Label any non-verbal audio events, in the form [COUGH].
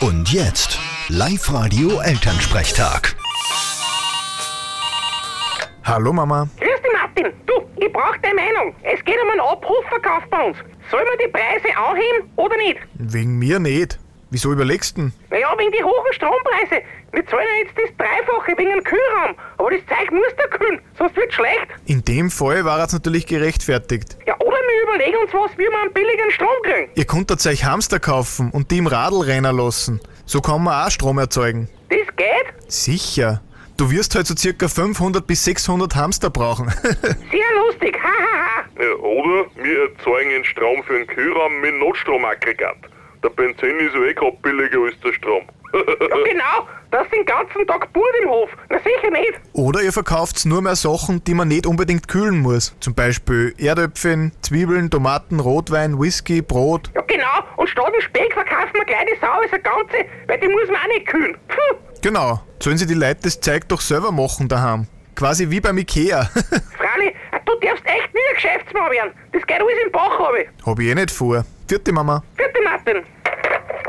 Und jetzt, Live-Radio Elternsprechtag. Hallo Mama. Grüß dich, Martin. Du, ich brauche deine Meinung. Es geht um einen Abhofverkauf bei uns. Sollen wir die Preise anheben oder nicht? Wegen mir nicht. Wieso überlegst denn? Naja, wegen die hohen Strompreise. Wir zahlen ja jetzt das Dreifache wegen einem Kühlraum. Aber das Zeug muss da kühlen, sonst wird's schlecht. In dem Fall war es natürlich gerechtfertigt. Ja, oder wir überlegen uns was, wie wir einen billigen Strom kriegen. Ihr konntet euch Hamster kaufen und die im Radl rennen lassen. So kann man auch Strom erzeugen. Das geht? Sicher. Du wirst halt so circa 500 bis 600 Hamster brauchen. [LAUGHS] Sehr lustig. [LAUGHS] Hahaha. Ja, Äh, oder wir erzeugen den Strom für den Kühlraum mit Notstromaggregat. Der Benzin ist ja eh grad billiger als der Strom. ja, genau. Das den ganzen Tag Burt im Hof. Na sicher nicht. Oder ihr verkauft nur mehr Sachen, die man nicht unbedingt kühlen muss. Zum Beispiel Erdäpfchen, Zwiebeln, Tomaten, Rotwein, Whisky, Brot. Ja, genau. Und statt dem Speck verkaufen wir gleich die Sau als eine ganze, weil die muss man auch nicht kühlen. Puh. Genau. Sollen sie die Leute das Zeug doch selber machen daheim. Quasi wie beim Ikea. [LAUGHS] Frali, du darfst echt nie ein Geschäftsmann werden. Das geht alles im Bach, habe ich. Hab ich eh nicht vor. Vierte Mama. Vierte Martin.